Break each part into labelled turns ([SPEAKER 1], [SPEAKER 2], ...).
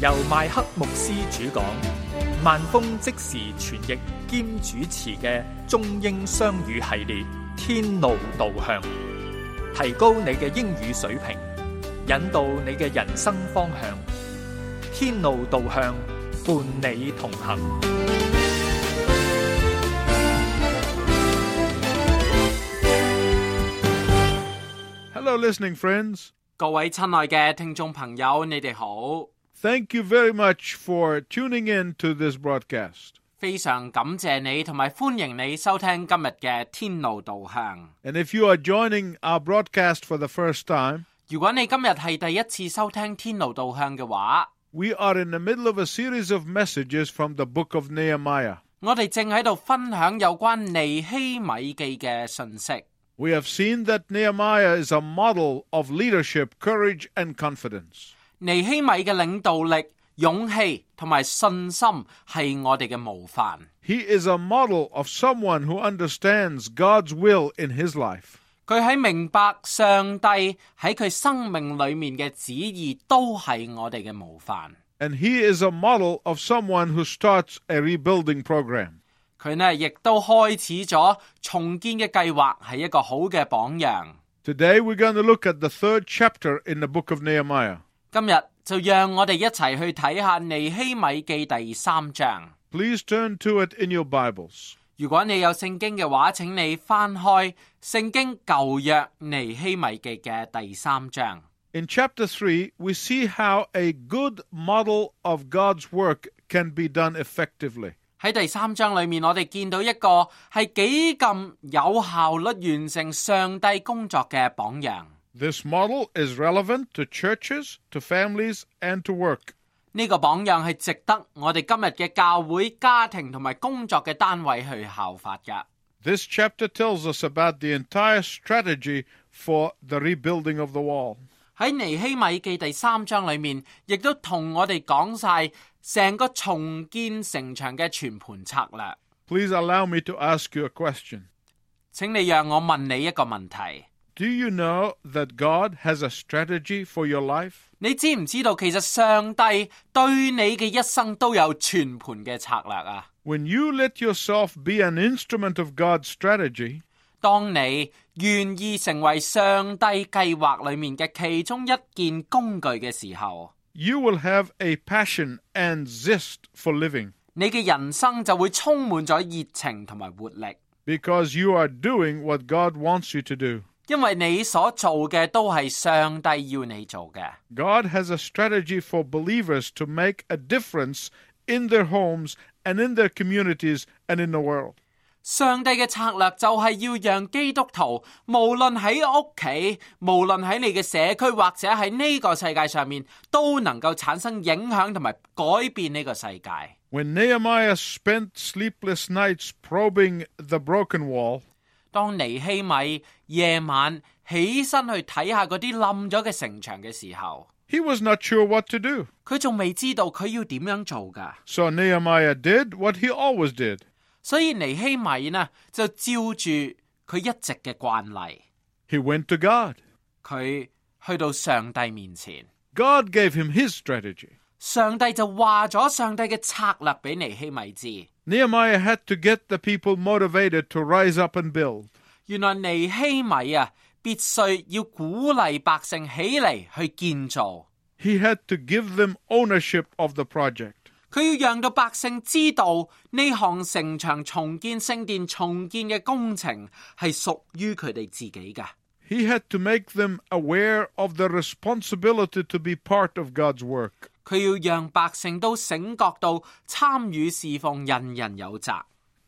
[SPEAKER 1] 由麥克牧師主講，萬峰即時傳譯兼主持嘅中英雙語系列《天路導向》，提高你嘅英語水平，引導你嘅人生方向。天路導向，伴你同行。
[SPEAKER 2] Hello, listening friends.
[SPEAKER 3] 各位親愛嘅聽眾朋友，你哋好，
[SPEAKER 2] Thank you very much for tuning in to this broadcast.
[SPEAKER 3] 非常感謝你同埋歡迎你收聽今日嘅天路導向。
[SPEAKER 2] And if you are joining our broadcast for the first time,
[SPEAKER 3] 如果你今日係第一次收聽天路導向嘅話，
[SPEAKER 2] we are in the middle of a series of messages from the book of Nehemiah.
[SPEAKER 3] 我哋正喺度分享有關尼希米記嘅信息。
[SPEAKER 2] We have seen that Nehemiah is a model of leadership, courage, and confidence.
[SPEAKER 3] 尼希米嘅領導力、勇氣同埋信心係我哋嘅模範。
[SPEAKER 2] He is a model of someone who understands God's will in his life.
[SPEAKER 3] 佢喺明白上帝喺佢生命裏面嘅旨意，都係我哋嘅模範。
[SPEAKER 2] And he is a model of someone who starts a rebuilding program.
[SPEAKER 3] 佢呢亦都開始咗重建嘅計劃，係一個好嘅榜樣。
[SPEAKER 2] Today we're going to look at the third chapter in the book of Nehemiah.
[SPEAKER 3] 今日就讓我哋一齊去睇下尼希米記第三章。
[SPEAKER 2] Please turn to it in your Bibles.
[SPEAKER 3] 如果你有聖經嘅話，請你翻開聖經舊約尼希米記嘅第三章。
[SPEAKER 2] In chapter 3, we see how a good model of God's work can be done effectively.
[SPEAKER 3] 喺第三章裏面，我哋見到一個係幾咁有效率完成上帝工作嘅榜樣。
[SPEAKER 2] This model is relevant to churches, to families, and to work.
[SPEAKER 3] 呢個榜樣係值得我哋今日嘅教會、家庭同埋工作嘅單位去效法㗎。
[SPEAKER 2] This chapter tells us about the entire strategy for the rebuilding of the wall.
[SPEAKER 3] 喺尼希米記第三章裏面，亦都同我哋講晒成個重建城牆嘅全盤策略。
[SPEAKER 2] Please allow me to ask you a question.
[SPEAKER 3] 請你讓我問你一個問題：
[SPEAKER 2] Do you know that God has a strategy for your life?
[SPEAKER 3] 你知唔知道其實上帝對你嘅一生都有全盤嘅策略啊？
[SPEAKER 2] When you let yourself be an instrument of God's strategy,
[SPEAKER 3] 當你願意成為上帝計劃裏面嘅其中一件工具嘅時候，
[SPEAKER 2] you will have a passion and zest for living
[SPEAKER 3] 你嘅人生就會充滿咗熱情同埋活力，
[SPEAKER 2] because you are doing what God wants you to do.
[SPEAKER 3] 因為你所做嘅都係上帝要你做嘅。
[SPEAKER 2] God has a strategy for believers to make a difference in their homes and in their communities and in the world.
[SPEAKER 3] 上帝嘅策略就係要讓基督徒，無論喺屋企，無論喺你嘅社區，或者喺呢個世界上面，都能夠產生影響同埋改變呢個世界。
[SPEAKER 2] When Nehemiah spent sleepless nights probing the broken wall,
[SPEAKER 3] 當尼希米夜晚起身去睇下嗰啲冧咗嘅城牆嘅時候，
[SPEAKER 2] he was not sure what to do.
[SPEAKER 3] 佢仲未知道佢要點樣做㗎，
[SPEAKER 2] So Nehemiah did what he always did.
[SPEAKER 3] 所以尼希米呢就照住佢一直嘅慣例，
[SPEAKER 2] He went to God.
[SPEAKER 3] 佢去到上帝面前。
[SPEAKER 2] God gave him his strategy.
[SPEAKER 3] 上帝就話咗上帝嘅策略俾尼希米知。
[SPEAKER 2] Nehemiah had to get the people motivated to rise up and build.
[SPEAKER 3] 原來尼希米啊，必須要鼓勵百姓起嚟去建造。
[SPEAKER 2] He had to give them ownership of the project.
[SPEAKER 3] 佢要讓到百姓知道呢項城牆重建、聖殿重建嘅工程係屬於佢哋自己嘅。
[SPEAKER 2] He had to make them aware of their responsibility to be part of God's work.
[SPEAKER 3] 佢要讓百姓都醒覺到參與侍奉，人人有責。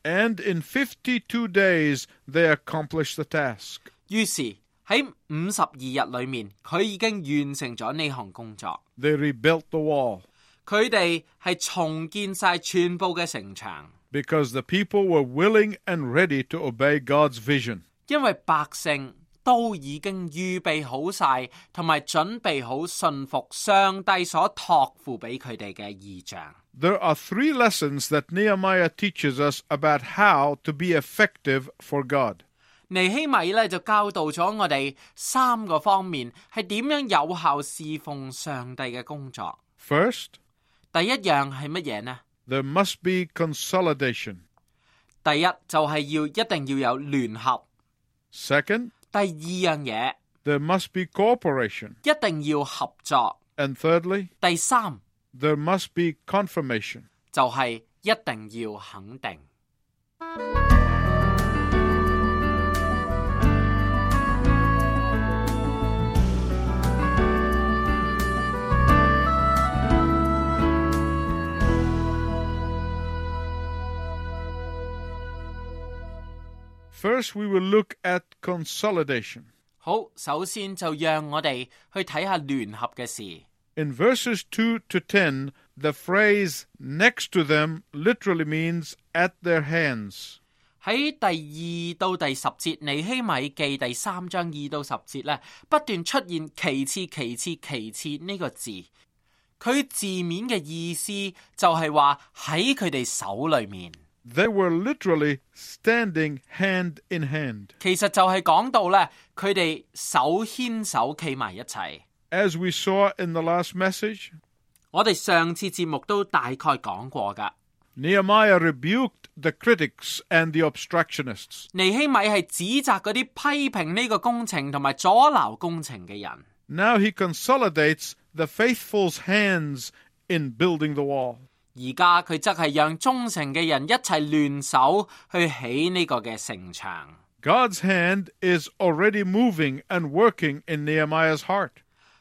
[SPEAKER 2] And in 52 days, they accomplished the task.
[SPEAKER 3] 於是喺五十二日裏面，佢已經完成咗呢項工作。
[SPEAKER 2] They rebuilt the wall
[SPEAKER 3] 佢哋係重建晒全部嘅城牆，
[SPEAKER 2] because the people were willing and ready to obey God's vision.
[SPEAKER 3] 因為百姓都已經預備好晒，同埋準備好信服上帝所託付俾佢哋嘅意象。
[SPEAKER 2] There are three lessons that Nehemiah teaches us about how to be effective for God.
[SPEAKER 3] 尼希米咧就教導咗我哋三個方面係點樣有效侍奉上帝嘅工作。
[SPEAKER 2] First,
[SPEAKER 3] 第一樣係乜嘢呢？
[SPEAKER 2] There must be consolidation.
[SPEAKER 3] 第一就係要一定要有聯合。
[SPEAKER 2] Second,
[SPEAKER 3] 第二樣嘢
[SPEAKER 2] there must be cooperation.
[SPEAKER 3] 一定要合作。
[SPEAKER 2] And thirdly,
[SPEAKER 3] 第三
[SPEAKER 2] there must be confirmation.
[SPEAKER 3] 就係一定要肯定。
[SPEAKER 2] First, we will look at consolidation.
[SPEAKER 3] 好，首先就讓我哋去睇下聯合嘅事。
[SPEAKER 2] In verses 2 to 10, the phrase next to them literally means at their hands.
[SPEAKER 3] 喺第二到第十節，尼希米記第三章二到十節咧，不斷出現其次、其次、其次呢個字。佢字面嘅意思就係話喺佢哋手裏面，
[SPEAKER 2] They were literally standing hand in hand.
[SPEAKER 3] 其實就係講到咧，佢哋手牽手企埋一齊。
[SPEAKER 2] As we saw in the last message,
[SPEAKER 3] 我哋上次節目都大概講過㗎。
[SPEAKER 2] Nehemiah rebuked the critics and the obstructionists.
[SPEAKER 3] 尼希米係指責嗰啲批評呢個工程同埋阻撓工程嘅人。
[SPEAKER 2] Now he consolidates the faithful's hands in building the wall.
[SPEAKER 3] 而家佢則係讓忠誠嘅人一齊聯手去起呢個嘅城牆。
[SPEAKER 2] God's hand is already moving and working in Nehemiah's heart.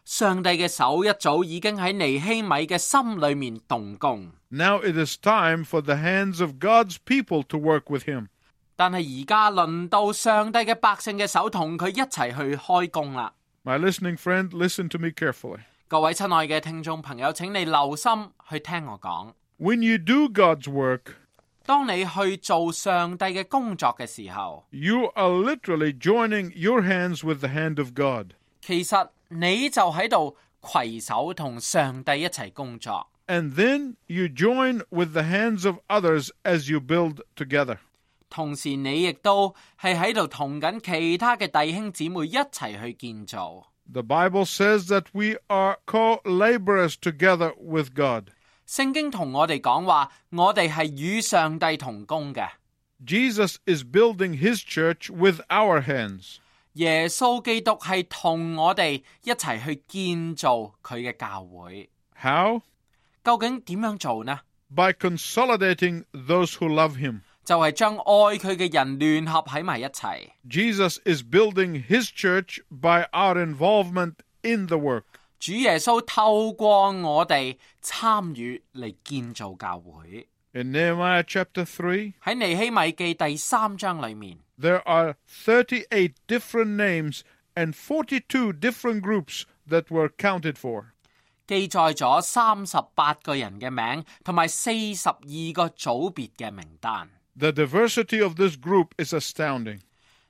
[SPEAKER 3] 上帝嘅手一早已經喺尼希米嘅心裏面動工，
[SPEAKER 2] Now it is time for the hands of God's people to work with him.
[SPEAKER 3] 但係而家輪到上帝嘅百姓嘅手同佢一齊去開工啦。
[SPEAKER 2] My listening friend, listen to me carefully.
[SPEAKER 3] 各位親愛嘅聽眾朋友，請你留心去聽我講。
[SPEAKER 2] When you do God's work,
[SPEAKER 3] 當你去做上帝嘅工作嘅時候，
[SPEAKER 2] you are literally joining your hands with the hand of God.
[SPEAKER 3] 其實你就喺度攜手同上帝一齊工作。
[SPEAKER 2] And then you join with the hands of others as you build together.
[SPEAKER 3] 同時你亦都係喺度同緊其他嘅弟兄姊妹一齊去建造。
[SPEAKER 2] The Bible says that we are co laborers together with God.
[SPEAKER 3] 聖經同我哋講話，我哋係與上帝同工嘅。
[SPEAKER 2] Jesus is building his church with our hands.
[SPEAKER 3] 耶穌基督係同我哋一齊去建造佢嘅教會。
[SPEAKER 2] How?
[SPEAKER 3] 究竟點樣做呢？
[SPEAKER 2] By consolidating those who love him.
[SPEAKER 3] 就係將愛佢嘅人聯合喺埋一齊。
[SPEAKER 2] Jesus is building his church by our involvement in the work.
[SPEAKER 3] 主耶穌透過我哋參與嚟建造教會。
[SPEAKER 2] In Nehemiah chapter 3,
[SPEAKER 3] 喺尼希米記第三章裏面。
[SPEAKER 2] there are 38 different names and 42 different groups that were counted for.
[SPEAKER 3] 記載咗三十八個人嘅名，同埋四十二個組別嘅名單。
[SPEAKER 2] The diversity of this group is astounding.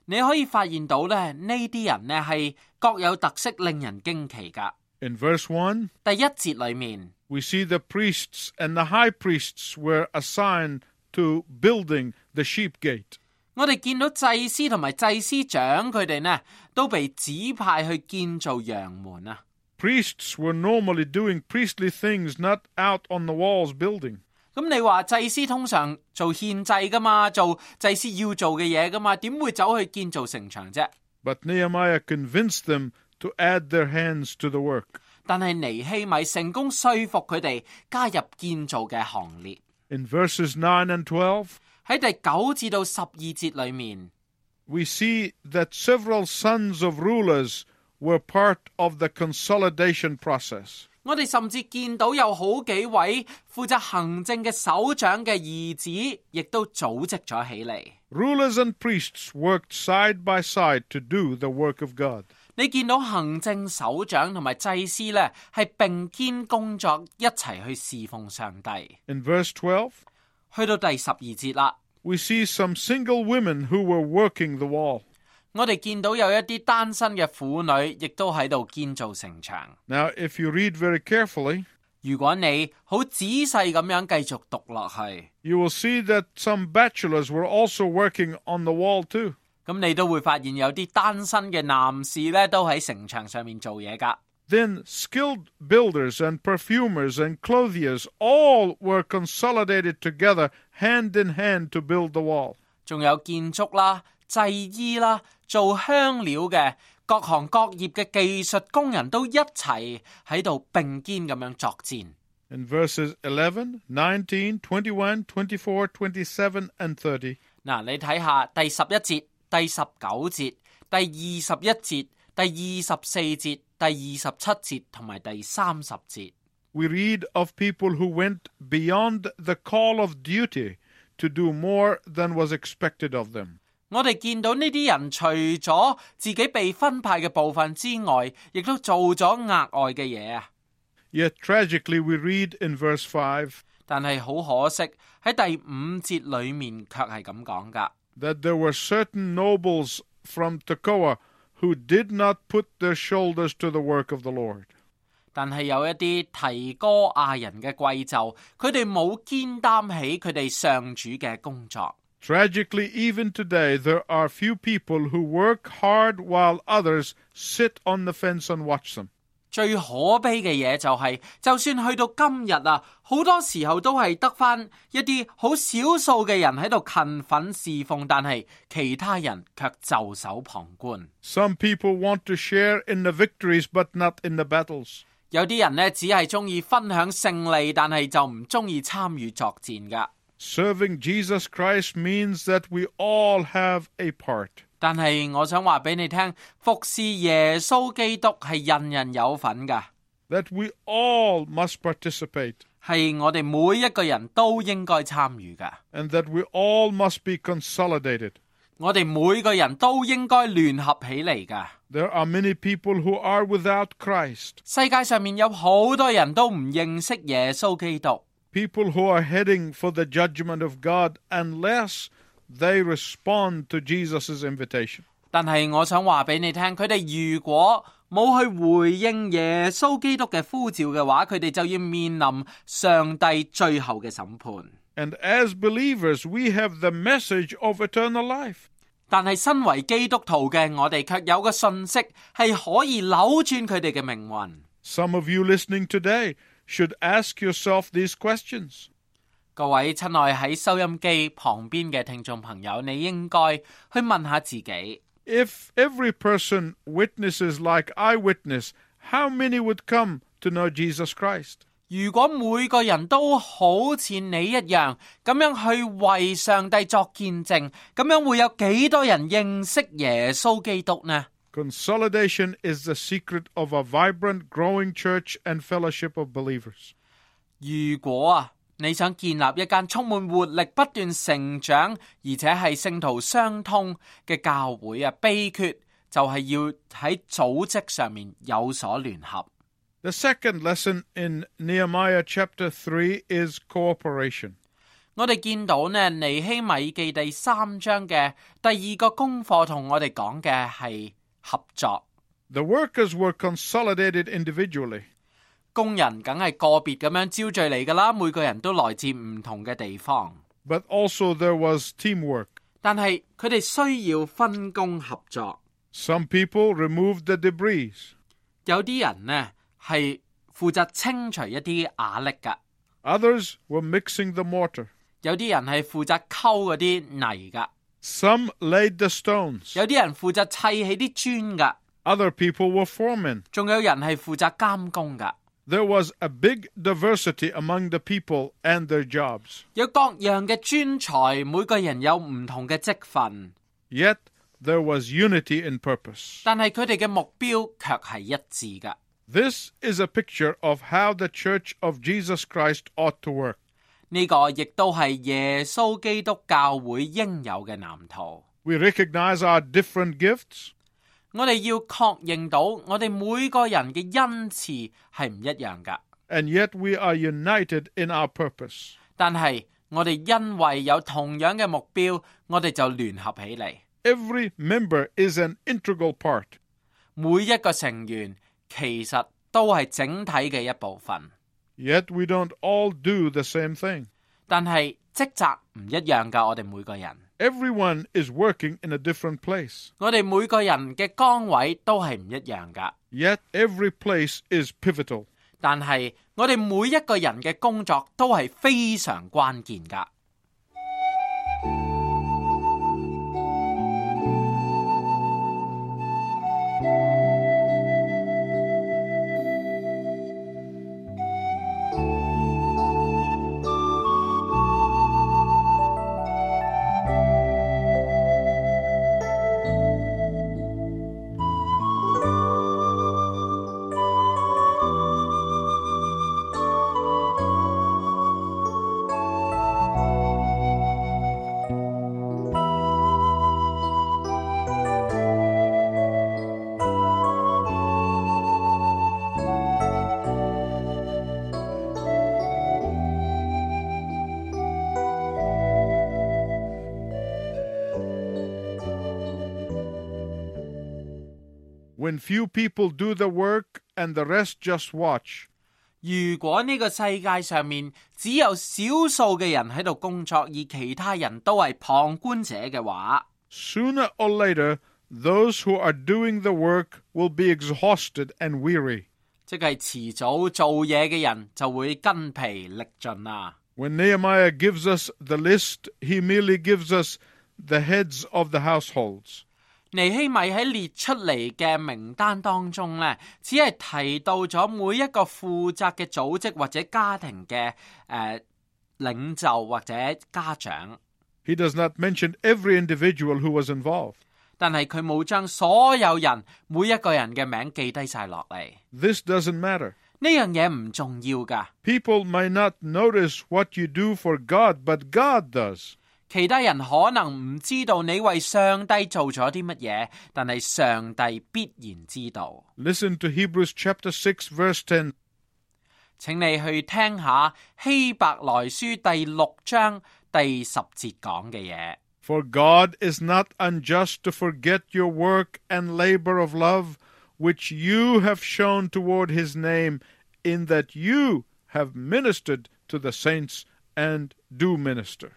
[SPEAKER 3] 你可以發現到咧，呢啲人呢係各有特色，令人驚奇噶。
[SPEAKER 2] In verse 1,
[SPEAKER 3] 第一節裏面，
[SPEAKER 2] we see the priests and the high priests were assigned to building the sheep gate.
[SPEAKER 3] 我哋見到祭司同埋祭司長佢哋呢都被指派去建造羊門啊。
[SPEAKER 2] Priests were normally doing priestly things not out on the walls building.
[SPEAKER 3] 咁你話祭司通常做獻祭噶嘛，做祭司要做嘅嘢噶嘛，點會走去建造城牆啫？
[SPEAKER 2] But Nehemiah convinced them to add their hands to the work.
[SPEAKER 3] 但係尼希米成功說服佢哋加入建造嘅行列。
[SPEAKER 2] In verses 9 and 12,
[SPEAKER 3] 喺第九至到十二節裏面，
[SPEAKER 2] we see that several sons of rulers were part of the consolidation process.
[SPEAKER 3] 我哋甚至見到有好幾位負責行政嘅首長嘅兒子，亦都組織咗起嚟。
[SPEAKER 2] Rulers and priests worked side by side to do the work of God.
[SPEAKER 3] 你見到行政首長同埋祭司呢，係並肩工作，一齊去侍奉上帝。
[SPEAKER 2] In verse 12,
[SPEAKER 3] 去到第十二節啦，
[SPEAKER 2] we see some single women who were working the wall.
[SPEAKER 3] 我哋見到有一啲單身嘅婦女，亦都喺度建造城牆。
[SPEAKER 2] Now, if you read very carefully,
[SPEAKER 3] 如果你好仔細咁樣繼續讀落去，
[SPEAKER 2] you will see that some bachelors were also working on the wall too.
[SPEAKER 3] 咁你都會發現有啲單身嘅男士呢，都喺城牆上面做嘢㗎。
[SPEAKER 2] Then skilled builders and perfumers and clothiers all were consolidated together hand in hand to build the wall.
[SPEAKER 3] 仲有建築啦、製衣啦、做香料嘅各行各業嘅技術工人都一齊喺度並肩咁樣作戰。
[SPEAKER 2] In verses 11, 19, 21, 24, 27, and 30,
[SPEAKER 3] 嗱，你睇下第十一節、第十九節、第二十一節、第二十四節、第二十七節同埋第三十節。
[SPEAKER 2] we read of people who went beyond the call of duty to do more than was expected of them.
[SPEAKER 3] 我哋見到呢啲人除咗自己被分派嘅部分之外，亦都做咗額外嘅嘢啊！
[SPEAKER 2] Yet tragically, we read in verse 5
[SPEAKER 3] 但係好可惜喺第五節裏面卻係咁講噶。
[SPEAKER 2] that there were certain nobles from Tekoa who did not put their shoulders to the work of the Lord.
[SPEAKER 3] 但係有一啲提哥亞人嘅貴胄，佢哋冇肩擔起佢哋上主嘅工作。
[SPEAKER 2] Tragically, even today, there are few people who work hard while others sit on the fence and watch them.
[SPEAKER 3] 最可悲嘅嘢就係、就算去到今日啊，好多時候都係得翻一啲好少數嘅人喺度勤奮侍奉，但係其他人卻袖手旁觀。
[SPEAKER 2] Some people want to share in the victories but not in the battles.
[SPEAKER 3] 有啲人呢，只係中意分享勝利，但係就唔中意參與作戰噶。
[SPEAKER 2] Serving Jesus Christ means that we all have a part.
[SPEAKER 3] 但係我想話俾你聽，服侍耶穌基督係人人有份噶，
[SPEAKER 2] that we all must participate
[SPEAKER 3] 係我哋每一個人都應該參與噶。
[SPEAKER 2] and that we all must be consolidated.
[SPEAKER 3] 我哋每個人都應該聯合起嚟噶。
[SPEAKER 2] There are many people who are without Christ,
[SPEAKER 3] 世界上面有好多人都唔認識耶穌基督，
[SPEAKER 2] people who are heading for the judgment of God unless they respond to Jesus' invitation.
[SPEAKER 3] 但係我想話俾你聽，佢哋如果冇去回應耶穌基督嘅呼召嘅話，佢哋就要面臨上帝最後嘅審判。
[SPEAKER 2] And as believers, we have the message of eternal life.
[SPEAKER 3] 但係身為基督徒嘅我哋，卻有個信息係可以扭轉佢哋嘅命運。
[SPEAKER 2] Some of you listening today should ask yourself these questions
[SPEAKER 3] 各位親愛喺收音機旁邊嘅聽眾朋友，你應該去問下自己。
[SPEAKER 2] If every person witnesses like I witness, how many would come to know Jesus Christ?
[SPEAKER 3] 如果每個人都好似你一樣咁樣去為上帝作見證，咁樣會有幾多人認識耶穌基督呢？
[SPEAKER 2] Consolidation is the secret of a vibrant, growing church and fellowship of believers.
[SPEAKER 3] 如果啊，你想建立一間充滿活力、不斷成長，而且係聖徒相通嘅教會啊，秘訣就係要喺組織上面有所聯合。
[SPEAKER 2] The second lesson in Nehemiah chapter 3 is cooperation.
[SPEAKER 3] 我哋見到呢尼希米記第三章嘅第二個功課，同我哋講嘅係合作。
[SPEAKER 2] The workers were consolidated individually,
[SPEAKER 3] 工人梗係個別咁樣招聚嚟噶啦，每個人都來自唔同嘅地方，
[SPEAKER 2] but also there was teamwork.
[SPEAKER 3] 但係佢哋需要分工合作。
[SPEAKER 2] Some people removed the debris,
[SPEAKER 3] 有啲人呢係負責清除一啲瓦礫噶，
[SPEAKER 2] others were mixing the mortar,
[SPEAKER 3] 有啲人係負責溝嗰啲泥噶，
[SPEAKER 2] some laid the stones,
[SPEAKER 3] 有啲人負責砌起啲磚噶，
[SPEAKER 2] other people were foremen.
[SPEAKER 3] 仲有人係負責監工噶，
[SPEAKER 2] There was a big diversity among the people and their jobs.
[SPEAKER 3] 有各樣嘅專才，每個人有唔同嘅職份，
[SPEAKER 2] Yet there was unity in purpose.
[SPEAKER 3] 但係佢哋嘅目標卻係一致噶。
[SPEAKER 2] This is a picture of how the Church of Jesus Christ ought to work.
[SPEAKER 3] 呢個亦都係耶穌基督教會應有嘅藍圖。
[SPEAKER 2] We recognize our different gifts,
[SPEAKER 3] 我哋要確認到，我哋每個人嘅恩賜係唔一樣噶，
[SPEAKER 2] and yet we are united in our purpose.
[SPEAKER 3] 但係我哋因為有同樣嘅目標，我哋就聯合起嚟。
[SPEAKER 2] Every member is an integral part.
[SPEAKER 3] 每一個成員其實都係整體嘅一部分，
[SPEAKER 2] Yet we don't all do the same thing.
[SPEAKER 3] 但係職責唔一樣噶。我哋每個人，
[SPEAKER 2] Everyone is working in a different place.
[SPEAKER 3] 我哋每個人嘅崗位都係唔一樣噶。
[SPEAKER 2] Yet every place is pivotal.
[SPEAKER 3] 但係我哋每一個人嘅工作都係非常關鍵㗎。
[SPEAKER 2] When few people do the work and the rest just watch,
[SPEAKER 3] 如果呢個世界上面只有少數嘅人喺度工作，而其他人都係旁觀者嘅話，
[SPEAKER 2] sooner or later, those who are doing the work will be exhausted and weary.
[SPEAKER 3] 即係遲早做嘢嘅人就會筋疲力盡啊啦。
[SPEAKER 2] When Nehemiah gives us the list, he merely gives us the heads of the households.
[SPEAKER 3] 尼希米喺列出嚟嘅名單當中呢，只係提到咗每一個負責嘅組織或者家庭嘅誒、呃、領袖或者家長，
[SPEAKER 2] He does not mention every individual who was involved.
[SPEAKER 3] 但係佢冇將所有人每一個人嘅名記低晒落嚟。
[SPEAKER 2] This doesn't matter.
[SPEAKER 3] 呢樣嘢唔重要㗎，
[SPEAKER 2] People may not notice what you do for God, but God does.
[SPEAKER 3] 其他人可能唔知道你為上帝做咗啲乜嘢，但係上帝必然知道。
[SPEAKER 2] Listen to Hebrews chapter 6 verse 10.
[SPEAKER 3] 請你去聽下希伯來書第六章第十節講嘅嘢。
[SPEAKER 2] For God is not unjust to forget your work and labor of love, which you have shown toward his name, in that you have ministered to the saints and do minister.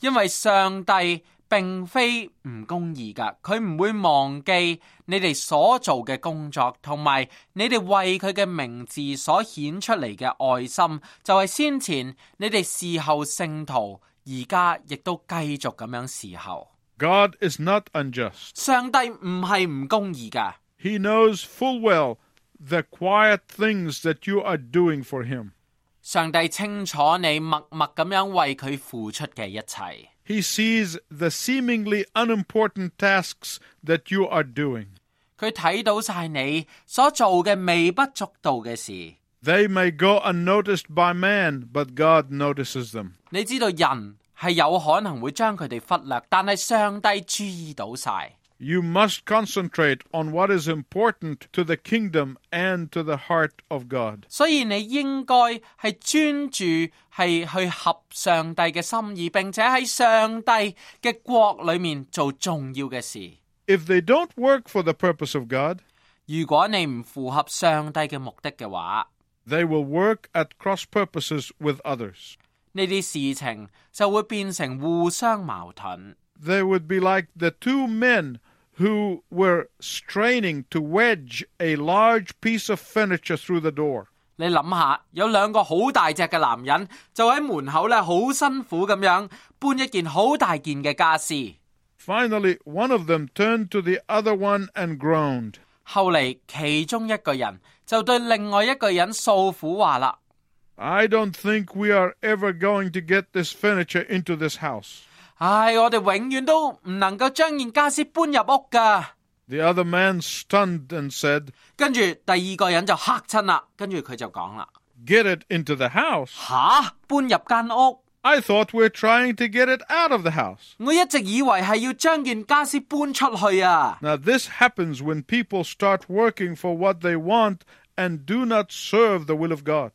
[SPEAKER 3] 因為上帝並非唔公義噶，佢唔會忘記你哋所做嘅工作，同埋你哋為佢嘅名字所顯出嚟嘅愛心，就係、先前你哋事後聖徒，而家亦都繼續咁樣事後。
[SPEAKER 2] God is not unjust.
[SPEAKER 3] 上帝唔係唔公義噶，
[SPEAKER 2] He knows full well the quiet things that you are doing for him.
[SPEAKER 3] 上帝清楚你默默咁樣為佢付出嘅一切。
[SPEAKER 2] He sees the seemingly unimportant tasks that you are doing.
[SPEAKER 3] 佢睇到晒你所做嘅微不足道嘅事，
[SPEAKER 2] They may go unnoticed by man, but God notices them.
[SPEAKER 3] 你知道人係有可能會將佢哋忽略，但係上帝注意到晒。
[SPEAKER 2] You must concentrate on what is important to the kingdom and to the heart of God.
[SPEAKER 3] 所以你應該係專注係去合上帝嘅心意，並且喺上帝嘅國裏面做重要嘅事。
[SPEAKER 2] If they don't work for the purpose of God,
[SPEAKER 3] 如果你唔符合上帝嘅目的嘅話，
[SPEAKER 2] they will work at cross purposes with others.
[SPEAKER 3] 呢啲事情就會變成互相矛盾。
[SPEAKER 2] They would be like the two men who were straining to wedge a large piece of furniture through the door.
[SPEAKER 3] 你諗下，有兩個好大隻嘅男人就喺門口咧，好辛苦咁樣搬一件好大件嘅家私。
[SPEAKER 2] Finally, one of them turned to the other one and groaned.
[SPEAKER 3] 後嚟其中一個人就對另外一個人訴苦話啦：
[SPEAKER 2] I don't think we are ever going to get this furniture into this house.
[SPEAKER 3] 唉，我哋永遠都唔能夠將件家私搬入屋噶。
[SPEAKER 2] The other man stunned and said,
[SPEAKER 3] 跟住第二個人就嚇親啦，跟住佢就講啦：
[SPEAKER 2] Get it into the house?
[SPEAKER 3] 吓，搬入間屋，
[SPEAKER 2] I thought we're trying to get it out of the house.
[SPEAKER 3] 我一直以為係要將件家私搬出去啊！
[SPEAKER 2] Now, this happens when people start working for what they want and do not serve the will of God.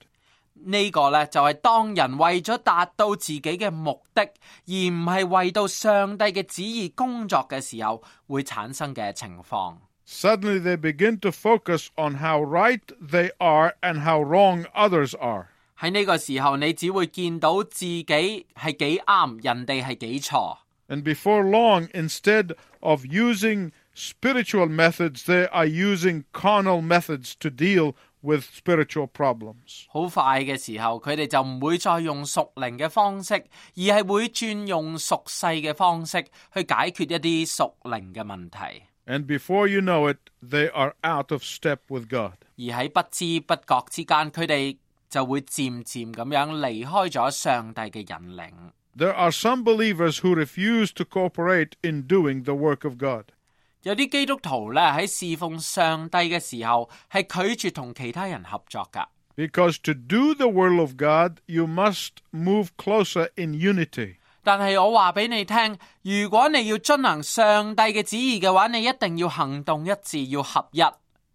[SPEAKER 3] 呢個呢，就係當人為咗達到自己嘅目的，而唔係為到上帝嘅旨意工作嘅時候，會產生嘅情況。
[SPEAKER 2] Suddenly, they begin to focus on how right they are and how wrong others are.
[SPEAKER 3] 喺呢個時候，你只會見到自己係幾啱，人哋係幾錯。
[SPEAKER 2] And before long, instead of using spiritual methods, they are using carnal methods to deal with spiritual problems.
[SPEAKER 3] 好快嘅時候，佢哋就唔會再用屬靈嘅方式，而係會轉用屬世嘅方式去解決一啲屬靈嘅問題。
[SPEAKER 2] And before you know it, they are out of step with God.
[SPEAKER 3] 而喺不知不覺之間，佢哋就會漸漸咁樣離開咗上帝嘅引領。
[SPEAKER 2] There are some believers who refuse to cooperate in doing the work of God.
[SPEAKER 3] 有啲基督徒咧喺侍奉上帝嘅時候，係拒絕同其他人合作噶，
[SPEAKER 2] Because to do the will of God, you must move closer in unity.
[SPEAKER 3] 但係我話俾你聽，如果你要遵行上帝嘅旨意嘅話，你一定要行動一致，要合一。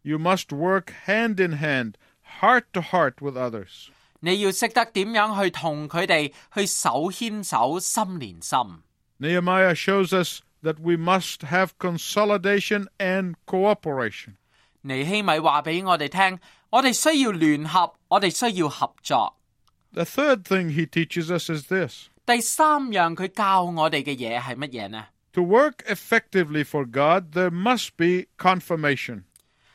[SPEAKER 2] You must work hand in hand, heart to heart with others.
[SPEAKER 3] 你要識得點樣去同佢哋去手牽手、心連心。
[SPEAKER 2] Nehemiah shows us that we must have consolidation and cooperation.
[SPEAKER 3] 尼希米話俾我哋聽，我哋需要聯合，我哋需要合作。
[SPEAKER 2] The third thing he teaches us is this
[SPEAKER 3] 第三樣佢教我哋嘅嘢係乜嘢呢？
[SPEAKER 2] to work effectively for God, there must be confirmation.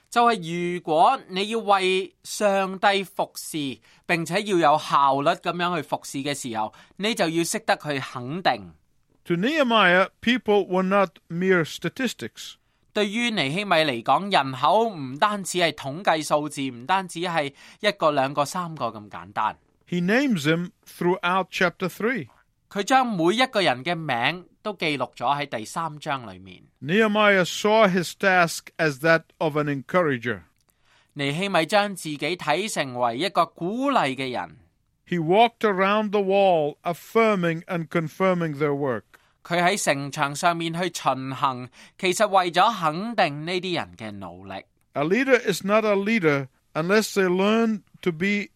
[SPEAKER 3] 就係如果你要為上帝服侍，並且要有效率咁樣去服侍嘅時候，你就要識得去肯定。
[SPEAKER 2] To Nehemiah, people were not mere statistics.
[SPEAKER 3] 對於尼希米嚟講，人口唔單止係統計數字，唔單止係一個、兩個、三個咁簡單。
[SPEAKER 2] He names them throughout chapter 3.
[SPEAKER 3] 佢將每一個人嘅名都記錄咗喺第三章裏面。
[SPEAKER 2] Nehemiah saw his task as that of an encourager.
[SPEAKER 3] 尼希米將自己睇成為一個鼓勵嘅人，
[SPEAKER 2] He walked around the wall, affirming and confirming their work.
[SPEAKER 3] 佢喺城牆上面去巡行，其實為咗肯定呢啲人嘅努力。
[SPEAKER 2] A leader is not a leader unless they learn to be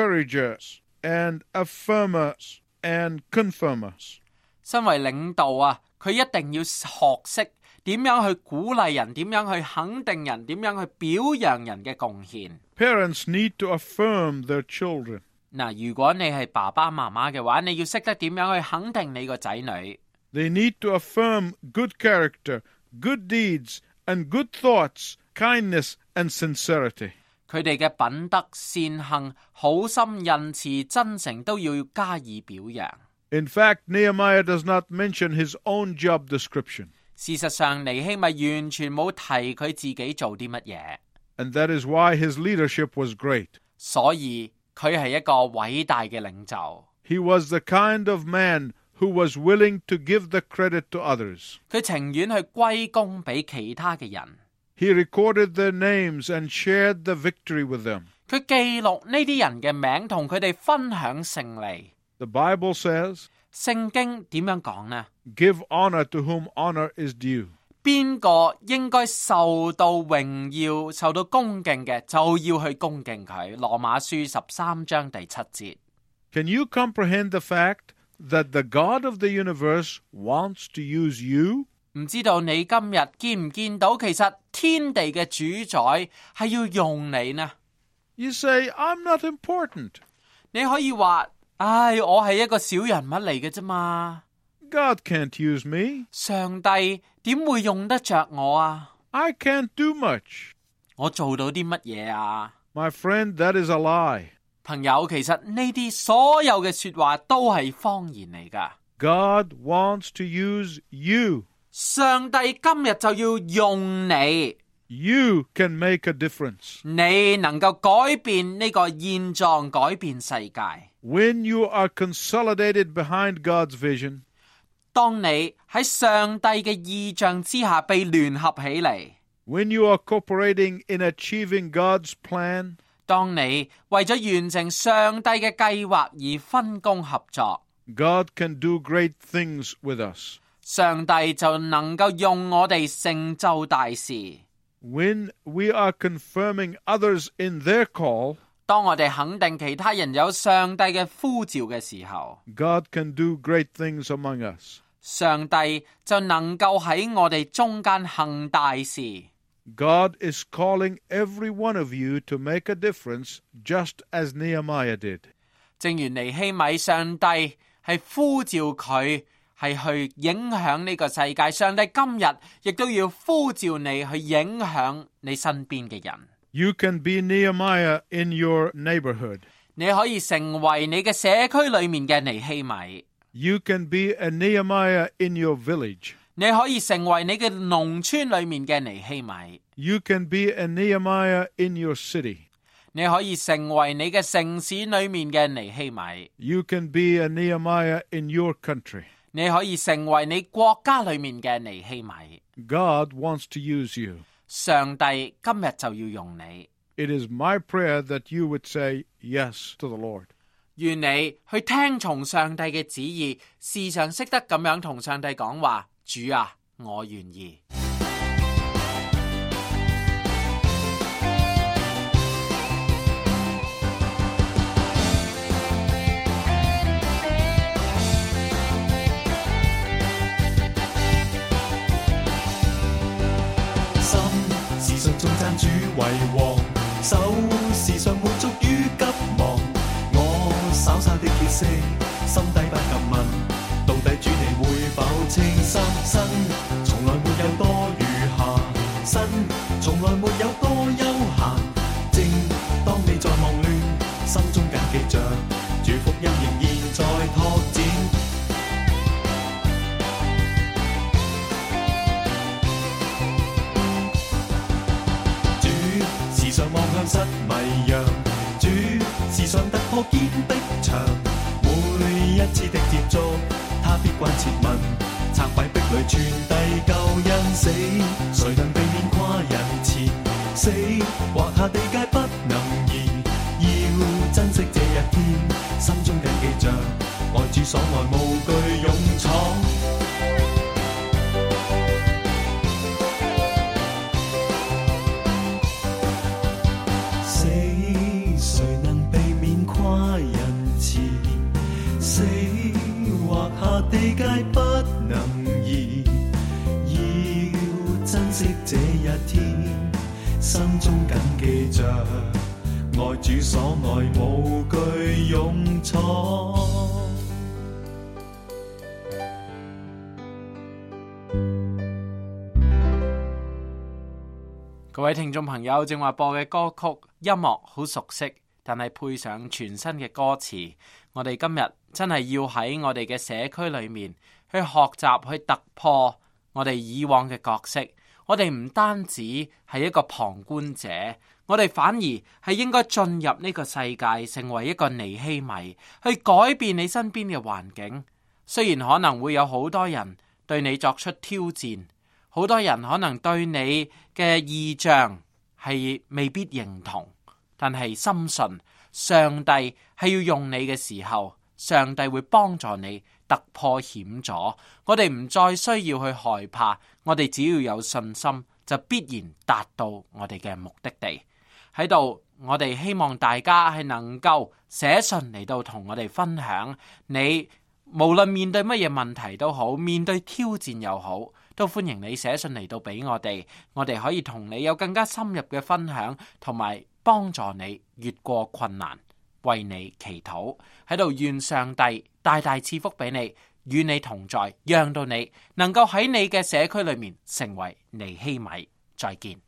[SPEAKER 2] encouragers and affirmers and confirmers.
[SPEAKER 3] 身為領導啊，佢一定要學識點樣去鼓勵人，點樣去肯定人，點樣去表揚人嘅貢獻。
[SPEAKER 2] Parents need to affirm their children.
[SPEAKER 3] 嗱，如果你係爸爸媽媽嘅話，你要識得點樣去肯定你個仔女。
[SPEAKER 2] They need to affirm good character, good deeds, and good thoughts, kindness, and sincerity.
[SPEAKER 3] 佢哋嘅品德、善行、好心、仁慈、真誠都要加以表揚。
[SPEAKER 2] In fact, Nehemiah does not mention his own job description,
[SPEAKER 3] 事實上，尼希米完全冇提佢自己做啲乜嘢，
[SPEAKER 2] and that is why his leadership was great.
[SPEAKER 3] 所以佢係一個偉大嘅領袖。
[SPEAKER 2] He was the kind of man who was willing to give the credit to others.
[SPEAKER 3] 佢情願去歸功俾其他嘅人，
[SPEAKER 2] He recorded their names and shared the victory with them.
[SPEAKER 3] 佢記錄呢啲人嘅名，同佢哋分享勝利。
[SPEAKER 2] The Bible says,
[SPEAKER 3] 聖經點樣講呢？
[SPEAKER 2] Give honor to whom honor is due.
[SPEAKER 3] 邊個應該受到榮耀、受到恭敬嘅，就要去恭敬佢。羅馬書十三章第七節。
[SPEAKER 2] Can you comprehend the fact that the God of the universe wants to use you?
[SPEAKER 3] 唔知道你今日見唔見到，其實天地嘅主宰係要用你呢？
[SPEAKER 2] You say, I'm not important.
[SPEAKER 3] 你可以話：唉，我係一個小人物嚟嘅啫嘛，
[SPEAKER 2] God can't use me.
[SPEAKER 3] 上帝點會用得着我啊？
[SPEAKER 2] I can't do much.
[SPEAKER 3] 我做到啲乜嘢啊？
[SPEAKER 2] My friend, that is a lie.
[SPEAKER 3] 朋友，其實呢啲所有嘅說話都係謊言嚟噶。
[SPEAKER 2] God wants to use you.
[SPEAKER 3] 上帝今日就要用你，
[SPEAKER 2] You can make a difference.
[SPEAKER 3] 你能夠改變呢個現狀，改變世界。
[SPEAKER 2] When you are consolidated behind God's vision,
[SPEAKER 3] 當你喺上帝嘅意象之下被聯合起嚟，
[SPEAKER 2] when you are cooperating in achieving God's plan,
[SPEAKER 3] 當你為咗完成上帝嘅計劃而分工合作，
[SPEAKER 2] God can do great things with us.
[SPEAKER 3] 上帝就能夠用我哋成就大事。
[SPEAKER 2] When we are confirming others in their call,
[SPEAKER 3] 當我哋肯定其他人有上帝嘅呼召嘅時候，
[SPEAKER 2] God can do great things among us.
[SPEAKER 3] 上帝就能夠喺我哋中間行大事。
[SPEAKER 2] God is calling every one of you to make a difference just as Nehemiah did.
[SPEAKER 3] 正如尼希米，上帝係呼召佢係去影響呢個世界。上帝今日亦都要呼召你去影響你身邊嘅人。
[SPEAKER 2] You can be Nehemiah in your neighborhood.
[SPEAKER 3] 你可以成為你嘅社區裏面嘅尼希米，
[SPEAKER 2] You can be a Nehemiah in your village.
[SPEAKER 3] 你可以成為你嘅農村裏面嘅尼希米，
[SPEAKER 2] You can be a Nehemiah in your city.
[SPEAKER 3] 你可以成為你嘅城市裏面嘅尼希米，
[SPEAKER 2] You can be a Nehemiah in your country.
[SPEAKER 3] 你可以成為你國家裏面嘅尼希米。
[SPEAKER 2] God wants to use you.
[SPEAKER 3] 上帝今日就要用你，
[SPEAKER 2] It is my prayer that you would say yes to the Lord.
[SPEAKER 3] 願你去聽從上帝嘅旨意，時常識得咁樣同上帝講話：主啊，我願意。
[SPEAKER 4] 心，時常仲讚主為王，手時常滿足於急忙。我稍稍的歇息，心底不禁問，到底主你會否清心身？從來沒有多餘暇，身從來沒有多休閒。正當你在忙亂，心中緊記着，主福音仍然在拓展。主時常望向失迷羊，主時常突破堅壁牆。每一次的接觸，他必關切問，拆毀壁壘傳遞救恩死，誰能避免跨人前死？劃下地界不能移，要珍惜這一天，心中緊記着，愛主所愛無懼勇闖。死，誰能避免跨人前？死，劃下地界不能移。要珍惜這一天，心中緊記着，愛主所愛，無懼勇闖。
[SPEAKER 3] 各位聽眾朋友，正話播嘅歌曲音樂好熟悉，但係配上全新嘅歌詞，我哋今日真係要喺我哋嘅社區裏面去學習，去突破我哋以往嘅角色。我哋唔單止係一個旁觀者，我哋反而係應該進入呢個世界，成為一個尼希米，去改變你身邊嘅環境。雖然可能會有好多人對你作出挑戰。好多人可能對你嘅意象係未必認同，但係深信上帝係要用你嘅時候，上帝會幫助你突破險阻。我哋唔再需要去害怕，我哋只要有信心，就必然達到我哋嘅目的地。喺度，我哋希望大家係能夠寫信嚟到同我哋分享，你無論面對乜嘢問題都好，面對挑戰又好，都歡迎你寫信嚟到俾我哋，我哋可以同你有更加深入嘅分享，同埋幫助你越過困難，為你祈禱。喺度願上帝大大賜福俾你，與你同在，讓到你能夠喺你嘅社區裏面成為尼希米。再見。